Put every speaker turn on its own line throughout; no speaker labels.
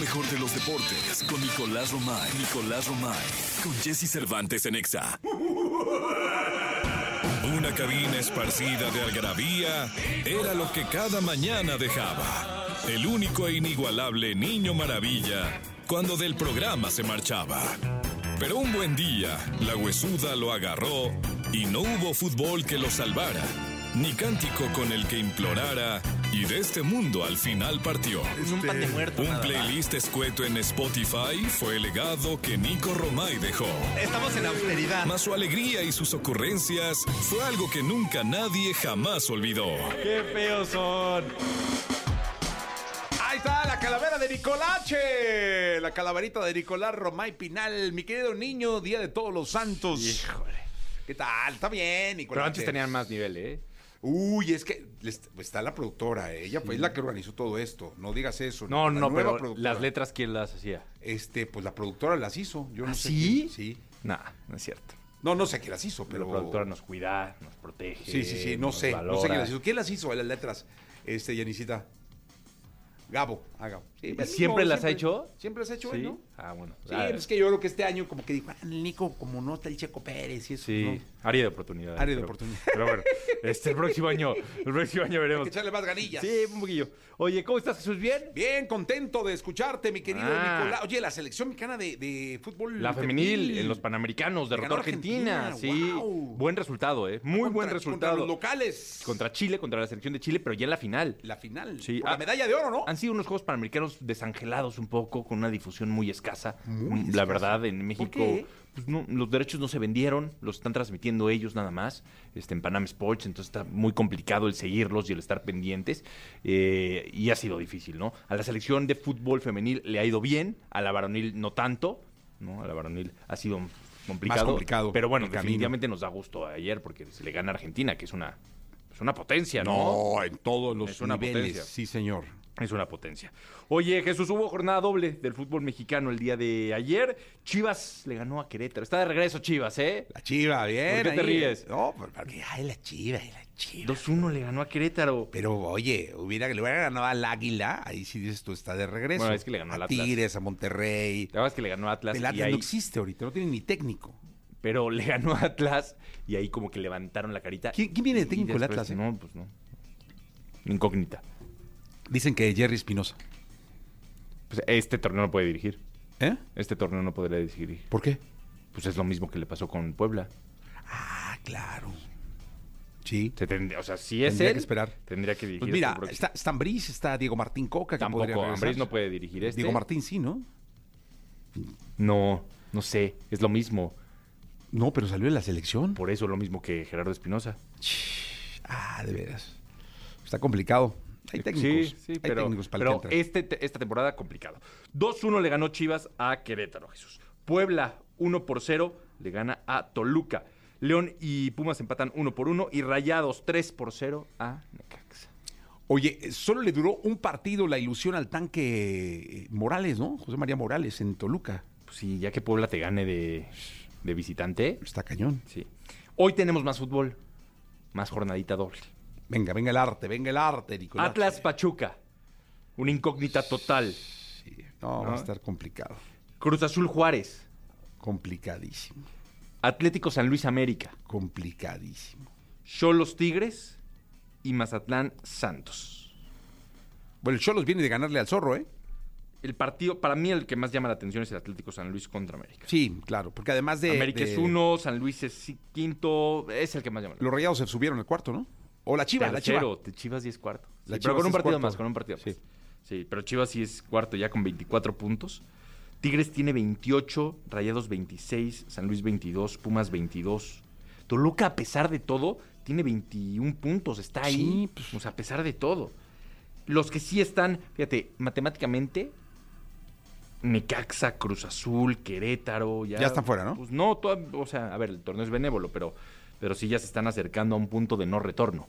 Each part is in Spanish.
mejor de los deportes con Nicolás Romay. Nicolás Romay. Con Jesse Cervantes en Exa.
Una cabina esparcida de algarabía era lo que cada mañana dejaba. El único e inigualable Niño Maravilla cuando del programa se marchaba. Pero un buen día, la huesuda lo agarró y no hubo fútbol que lo salvara, ni cántico con el que implorara, y de este mundo al final partió.
Es un pan de muerto.
Un
nada más.
playlist escueto en Spotify fue el legado que Nico Romay dejó.
Estamos en austeridad.
Mas su alegría y sus ocurrencias fue algo que nunca nadie jamás olvidó.
¡Qué feos son!
Ahí está la calavera de Nicolache. La calaverita de Nicolás Romay Pinal. Mi querido niño, Día de Todos los Santos.
Híjole.
¿Qué tal? Está bien, Nicolache.
Pero antes tenían más nivel, ¿eh?
Uy, es que les- está la productora. eh. Ella pues, es la que organizó todo esto. No digas eso.
No,
La
no,
nueva
pero
productora.
las letras, ¿quién las hacía?
Este, pues la productora las hizo. Yo no
¿Ah,
sé
sí?
quién- Sí.
Nah, no es cierto.
No, no sé quién las hizo, pero.
Pero... La productora nos cuida, nos protege.
Sí, sí, sí, no
nos
sé. No sé
valora.
quién las hizo. ¿Quién las hizo las letras? Este, Yanisita. Gabo, ah, Gabo. Sí,
¿Y
el
siempre las ha hecho?
Siempre las ha hecho,
¿Sí?
él, ¿no?
Ah, bueno.
Sí,
Ah,
es que yo creo que este año como que dijo, ah, Nico, como no está el Checo Pérez y eso.
sí,
¿no?
área de oportunidad.
Área de
pero-
oportunidad.
Pero bueno, este, el próximo año, el próximo año
Hay
veremos.
que echarle más ganillas.
Sí, un poquillo. Oye, ¿cómo estás, Jesús? ¿Bien?
Bien, contento de escucharte, mi querido
Ah.
Nicolás. Oye, la selección mexicana de, de fútbol.
La femenil en los
Panamá.
Panamericanos derrotó a
ganó
Este, Argentina,
Argentina,
sí.
guau.
Buen resultado, ¿eh? Muy buen
Contra
resultado.
los locales.
Contra Chile, contra la selección de Chile, pero ya en la final.
la final.
Sí,
Por
ah.
la medalla de oro, ¿no?
Han sido unos Juegos Panamericanos desangelados un poco, con una difusión muy escasa. Mm, la
escasa.
verdad, en México
qué?
pues, no, los derechos no se vendieron, los están transmitiendo ellos nada más, este, en Panam Sports, entonces está muy complicado el seguirlos y el estar pendientes. eh, y ha sido difícil, ¿no? A la selección de fútbol femenil le ha ido bien, a la varonil no tanto, ¿no? A la varonil ha sido complicado.
complicado
pero bueno,
el camino.
definitivamente nos da gusto ayer porque se le gana a Argentina, que es una, es una potencia, ¿no?
No, en todos los
Es una
niveles.
potencia.
Sí, señor.
Es una potencia. Oye, Jesús, hubo jornada doble del fútbol mexicano el día de ayer. Chivas le ganó a Querétaro. Está de regreso Chivas, ¿eh?
La chiva, bien.
¿Por qué te
ahí.
ríes?
No, pues, porque, ay, la chiva, ay, la chiva.
2-1 le ganó a Querétaro.
Pero oye, hubiera, le hubiera ganado al Águila, ahí sí dices tú está de regreso.
Bueno, es que le ganó al Atlas.
Tigres, a Monterrey.
La verdad es que le ganó a Atlas.
El
y
Atlas
ahí,
no existe ahorita, no tiene ni técnico.
pero le ganó a Atlas y ahí como que levantaron la carita.
¿Quién- quién viene de
Y
técnico el
después,
Atlas, eh?
No, pues no. Incógnita.
Dicen que Jerry Espinosa.
Pues este torneo no puede dirigir.
¿Eh?
Este torneo no podría dirigir.
¿Por qué?
Pues es lo mismo que le pasó con Puebla.
Ah, claro. Sí.
Se tendría- o sea, si es
Tendría
él,
que esperar.
tendría que dirigir.
Pues mira,
este próximo.
está Stambris, está Diego Martín Coca. que podría
Tampoco,
regresar.
Ambriz no puede dirigir este.
Diego Martín sí, ¿no?
No, no sé, es lo mismo.
No, pero salió en la selección.
Por eso lo mismo que Gerardo Espinosa.
Ah, de veras. Está complicado. Hay técnicos.
Sí, sí,
hay
pero,
técnicos para el
pero
que entra.
este, te- esta temporada complicado. 2-1 le ganó Chivas a Querétaro, Jesús. Puebla 1 por 0 le gana a Toluca. León y Pumas empatan 1 por 1 y Rayados 3 por 0 a Necaxa.
Oye, eh, solo le duró un partido la ilusión al tanque eh, Morales, ¿no? José María Morales en Toluca.
Pues sí, ya que Puebla te gane de, de visitante,
Está cañón.
sí. Hoy tenemos más fútbol, más jornadita doble.
Venga, venga el arte, venga el arte, Nicolás.
Atlas Pachuca, una incógnita total.
Sí, no, va a estar complicado.
Cruz Azul Juárez,
Complicadísimo.
Atlético San Luis América,
Complicadísimo.
Cholos Tigres y Mazatlán Santos.
Bueno, el Cholos viene de ganarle al zorro, ¿eh?
El partido, para mí, el que más llama la atención es el Atlético San Luis contra América.
Sí, claro, porque además de.
América
de-
es uno, San Luis es sí- quinto, es el que más llama.
Los rayados se subieron al cuarto, ¿no? O la chiva, la
Tercero,
chiva.
te- Chivas sí es cuarto. Sí,
La
pero
Chivas
con un
es
partido
cuarto.
más, con un partido
Sí.
más. Sí, pero Chivas sí es cuarto ya con 24 puntos. Tigres tiene 28, Rayados 26, San Luis 22, Pumas 22. Toluca, a pesar de todo, tiene 21 puntos, está ahí.
Sí, pues.
O sea, a pesar de todo. Los que sí están, fíjate, matemáticamente, Necaxa, Cruz Azul, Querétaro. Ya,
Ya están fuera, ¿no?
Pues no, toda- o sea, a ver, el torneo es benévolo, pero, pero sí ya se están acercando a un punto de no retorno.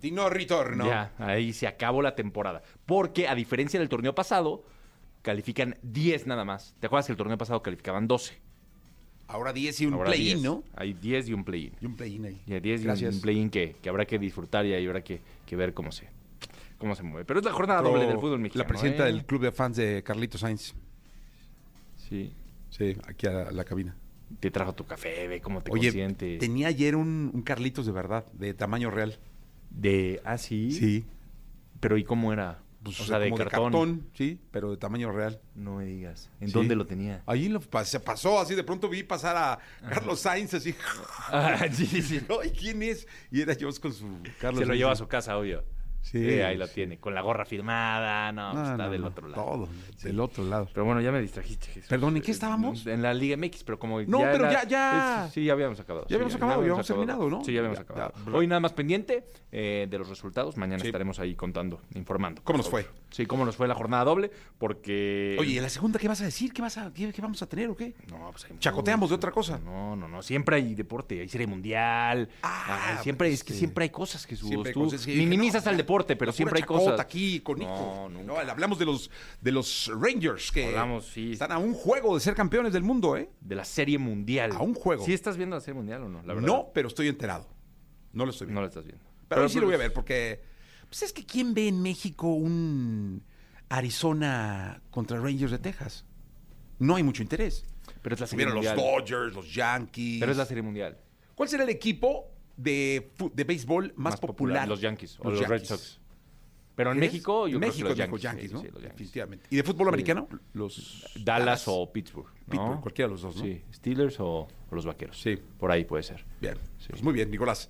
Dino Ritorno.
Ya, ahí se acabó la temporada. Porque a diferencia del torneo pasado, califican 10 nada más. ¿Te acuerdas que el torneo pasado calificaban 12?
Ahora 10 y un
Ahora
play-in,
10.
¿no?
Hay 10 y un play-in.
Y un play-in ahí.
Y hay 10 y
Gracias.
un play-in que, que habrá que disfrutar y ahí habrá que, que ver cómo se, cómo se mueve. Pero es la jornada doble del fútbol mexicano.
La presidenta
¿eh?
del club de fans de Carlito Sainz.
Sí.
Sí, aquí a la, la cabina.
Te trajo tu café, ve cómo te
Oye,
consiente.
tenía ayer un, un Carlitos de verdad, de tamaño real.
De, ah, sí.
Sí.
Pero ¿y cómo era?
Pues,
o sea, de
como
cartón.
Sí, pero de tamaño real.
No me digas. ¿En
Sí.
dónde lo tenía?
Ahí lo pas- se pasó así, de pronto vi pasar a Carlos Sainz así.
Ah, sí, sí, sí.
Ay, ¿quién es? Y era yo con su Carlos
Se lo
Sainz.
lleva a su casa, obvio.
Sí,
Sí, ahí la
sí.
tiene. Con la gorra firmada, no,
No,
pues, está
no,
del
no,
otro lado.
Todo, del otro lado.
Pero bueno, ya me distrajiste, Jesús.
Perdón, ¿en qué
Eh,
estábamos?
En la Liga MX, pero como
No, pero
era-
ya- ya.
es- sí, ya habíamos acabado.
Ya habíamos
sí,
acabado, ya habíamos terminado, ¿no?
Sí, ya habíamos
Ya,
acabado.
ya.
Hoy nada más pendiente eh, de los resultados. Mañana
Sí.
estaremos ahí contando, informando.
¿Cómo
por
nos
favor.
fue?
Sí, cómo nos fue la jornada doble, porque...
Oye, ¿y la segunda qué vas a decir? ¿Qué, vas a, qué, qué vamos a tener o qué?
No, pues hay
Chacoteamos de
mucho.
otra cosa.
No, no, no. Siempre hay deporte, hay serie mundial.
Ah,
Ay, siempre,
pues,
es que
sí.
siempre hay cosas, Jesús.
Siempre hay
Tú
cosas. Sí, dije,
minimizas
no,
al
ya,
deporte, pero
pura
con
chacota
cosas.
aquí con Nico.
No, nunca.
No, hablamos de los, de los Rangers que
Hablamos, sí.
están a un juego de ser campeones del mundo, ¿eh?
de la serie mundial.
A un juego.
¿Sí estás viendo la serie mundial o no? La verdad,
No, pero estoy enterado. No lo estoy viendo.
No la estás viendo.
Pero hoy sí lo voy a ver porque. Pues es que ¿quién ve en México un Arizona contra Rangers de Texas? No hay mucho interés.
Pero es la serie
Vieron los
mundial.
Dodgers, los Yankees.
Pero es la serie mundial.
¿Cuál será el equipo de, fu- de béisbol más, popular?
Los Yankees o los, Red
Yankees.
Sox. Pero en
¿Crees?
México, yo
En México,
creo que los
dijo,
Yankees, sí,
¿no?
sí, los Yankees.
Definitivamente. ¿Y de fútbol americano? Los
Dallas o Pittsburgh. ¿no?
Pittsburgh, cualquiera de los dos, ¿no?
Sí, Steelers o, o los Vaqueros.
Sí.
Por ahí puede ser.
Bien. Pues muy bien, Nicolás.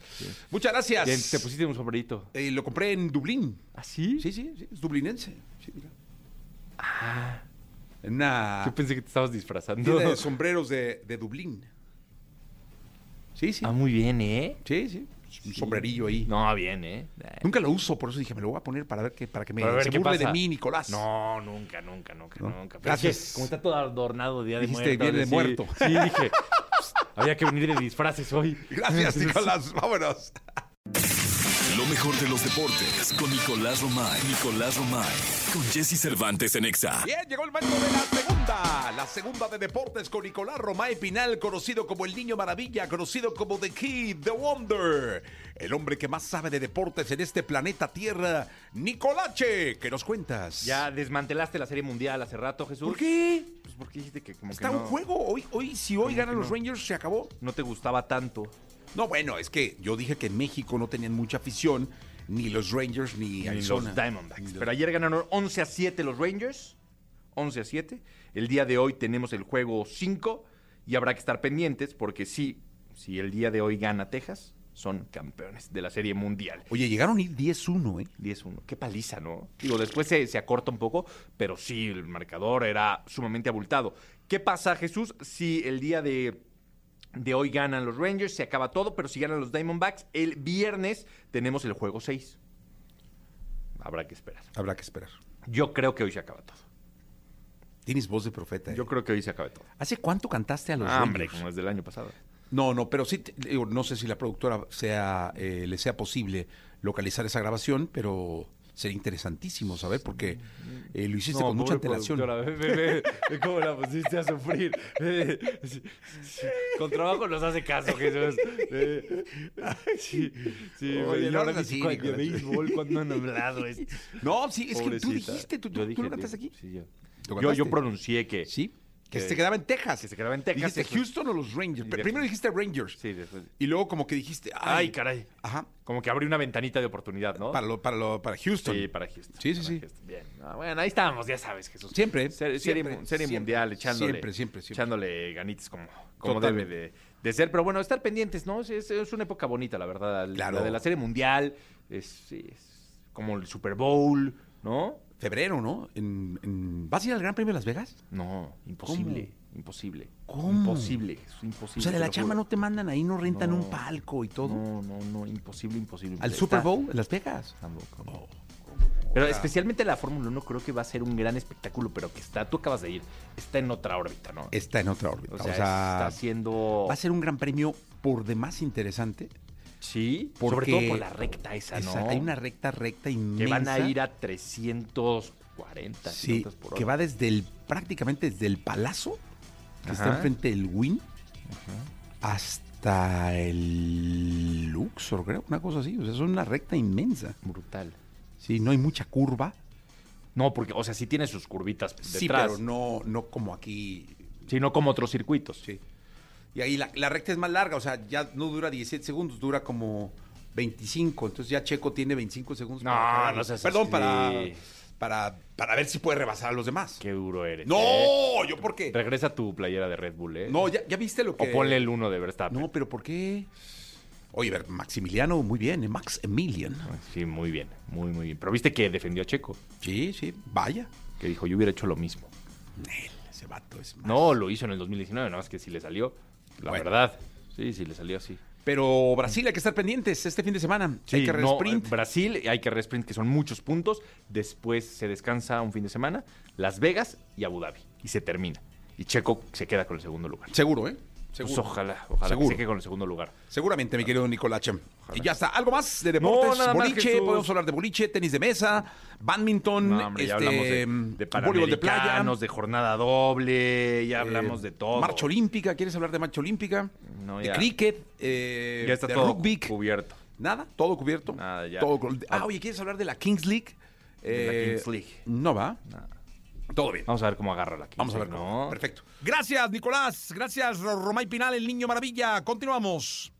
Muchas
Ya,
gracias.
Te pusiste un sombrerito.
Eh, lo compré en Dublín.
¿Ah, sí?
Sí, sí, sí, es dublinense. Sí, mira.
Ah.
En una
Yo pensé que te estabas disfrazando.
tienda de sombreros de, de Dublín. Sí, sí.
Ah, muy bien, ¿eh?
Sí, sí. Pues Un sombrerillo ahí.
No, bien, ¿eh?
Nunca lo uso, por eso dije, me lo voy a poner para ver que, para que me
Para ver
se
qué
burle
pasa.
de mí, Nicolás.
No, nunca, nunca, nunca, nunca. Pero
Gracias.
es que como está todo adornado día de
Dijiste,
muertos,
viene de
sí,
muerto.
Sí, dije, "Pss, había que venir de disfraces hoy.
Gracias, Nicolás. Vámonos.
Lo mejor de los deportes con Nicolás Romay. Nicolás Romay. Con Jesse Cervantes en Exa.
Bien, llegó el momento de la segunda. La segunda de deportes con Nicolás Romay Pinal, conocido como el Niño Maravilla, conocido como The Kid, The Wonder. El hombre que más sabe de deportes en este planeta Tierra, Nicolache. ¿Qué nos cuentas?
Ya desmantelaste la serie mundial hace rato, Jesús.
¿Por qué?
Pues porque dijiste que como
Está
que no,
un juego. Hoy, hoy si hoy ganan los Rangers, se acabó.
no te gustaba tanto.
No, bueno, es que yo dije que en México no tenían mucha afición, ni los Rangers ni
en
Arizona.
los Diamondbacks.
Ni los-
Pero ayer ganaron 11 a 7 los Rangers. 11 a 7. El día de hoy tenemos el juego 5 y habrá que estar pendientes porque sí, si el día de hoy gana Texas, son campeones de la Serie Mundial.
Oye, llegaron y 10-1, ¿eh?
10-1. Qué paliza, ¿no? Digo, después se, se acorta un poco, pero sí, el marcador era sumamente abultado. ¿Qué pasa, Jesús, si el día de, de hoy ganan los Rangers, se acaba todo, pero si ganan los Diamondbacks, el viernes tenemos el juego 6? Habrá que esperar.
Habrá que esperar.
Yo creo que hoy se acaba todo.
Tienes voz de profeta. ¿eh?
Yo creo que hoy se acaba todo.
¿Hace cuánto cantaste a los
Ah, hombre,
Rangers?
como desde el año pasado.
No, no, pero sí, te- digo, no sé si la productora sea, eh, le sea posible localizar esa grabación, pero sería interesantísimo saber porque eh, lo hiciste con mucha antelación.
¿Cómo la pusiste a sufrir? Eh, con trabajo nos hace caso, Jesús. Eh, sí, sí,
Oye,
güey,
no
ahora
hables así,
dice, "Cuál de
Nicolás".
béisbol cuando han hablado es
No, sí, es que tú
Pobrecita.
dijiste, tú, tú-
Yo
tú
dije,
lo cantaste aquí.
Sí, yo.
¿Lo
Yo,
cantaste?
yo pronuncié que.
Sí, que
Que-
se quedaba en Texas.
que se quedaba en Texas,
Dijiste
eso.
Houston o los Rangers.
Y
Pero
de-
primero dijiste Rangers.
Sí, después.
Y luego como que dijiste, ay,
Ay, caray.
Ajá.
Como que abrí una ventanita de oportunidad, ¿no?
Para, lo, para, lo, para Houston.
Sí, para Houston.
Sí, sí,
para
sí.
Houston. Bien. Ah, bueno, ahí estábamos, ya sabes, Jesús.
Siempre,
Ser- Serie,
siempre,
mu- serie
siempre,
mundial, echándole.
siempre, siempre, siempre.
Echándole ganitas como, como
Total.
debe de, de ser. Pero bueno, estar pendientes, ¿no? Es, es- es una época bonita, la verdad. La-
Claro.
La de la serie mundial. Es, es como el Super Bowl, ¿no?
Febrero, ¿no? En- en- ¿Vas a ir al Gran Premio de Las Vegas?
No, imposible. Imposible.
¿Cómo?
Imposible. Es imposible.
o sea, de
te
la
lo
chamba
juro.
no te mandan ahí, no rentan
No.
un palco y todo.
No, no, no. Imposible, imposible.
Al
Está-
Super Bowl en Las Vegas. Oh.
Tampoco. no. Pero especialmente la Fórmula 1 creo que va a ser un gran espectáculo, pero que está, tú acabas de ir, está en otra órbita, ¿no?
Está en otra órbita.
o sea, está haciendo...
va a ser un gran premio por demás interesante.
Sí,
porque-
sobre todo por la recta esa, ¿no?
Exacto, Hay una recta, recta inmensa.
Que van a ir a 340
Sí,
kilómetros por hora.
que va desde el, prácticamente desde el Palazo, que está
Ajá.
enfrente del Win, hasta el Luxor, creo, una cosa así. O sea, es una recta inmensa.
Brutal.
Sí, no hay mucha curva.
No, porque, o sea, sí tiene sus curvitas detrás,
Sí, pero no, no como aquí.
sino como otros circuitos.
Sí. Y ahí la, la recta es más larga, o sea, ya no dura 17 segundos, dura como 25. Entonces ya Checo tiene 25 segundos.
No,
cagarla.
no seas
Perdón,
así.
para, para, para ver si puede rebasar a los demás.
Qué duro eres. ¿eh?
No, yo por qué.
Regresa tu playera de Red Bull, ¿eh?
No, ya, ya viste lo que.
O ponle el uno de Verstappen.
No, pero ¿por qué? Oye, a ver, Maximiliano, muy bien, ¿eh? Max Emilian.
Sí, muy bien, muy, muy bien. Pero viste que defendió a Checo,
Sí, sí, vaya.
que dijo, yo hubiera hecho lo mismo.
Nel, ese vato es más.
No, lo hizo en el 2019, nada más que sí le salió.
Ah,
La
Bueno.
verdad. Sí, sí le salió así.
Pero Brasil hay que estar pendientes este fin de semana.
Sí,
hay que
no,
resprint.
eh, Brasil, hay que resprint, que son muchos puntos. Después se descansa un fin de semana. Las Vegas y Abu Dhabi. Y se termina. Y Checo se queda con el segundo lugar.
Seguro, ¿eh? Seguro.
Pues ojalá, ojalá
Seguro.
que se quede con el segundo lugar.
Seguramente, mi querido Nicolache. Y ya está. ¿Algo más de deportes?
No, nada más,
boliche,
Jesús.
podemos hablar de boliche, tenis de mesa, badminton,
No, hombre, ya
este,
hablamos de, de
voleibol de playa, Eh,
panamericanos, de jornada doble, ya hablamos de todo.
marcha olímpica. ¿Quieres hablar de marcha olímpica?
No,
de
ya.
cricket, eh,
ya está
de
todo
rugby.
cubierto.
Nada, todo cubierto.
Nada, ya.
Todo cu- ah, oye, ¿quieres hablar de la Kings League?
De la
Eh,
Kings League.
No va. Todo bien.
Vamos a ver cómo agarra la quince,
Vamos a ver.
¿no?
cómo. Perfecto. Gracias, Nicolás. Gracias, Romay Pinal, el niño maravilla. Continuamos.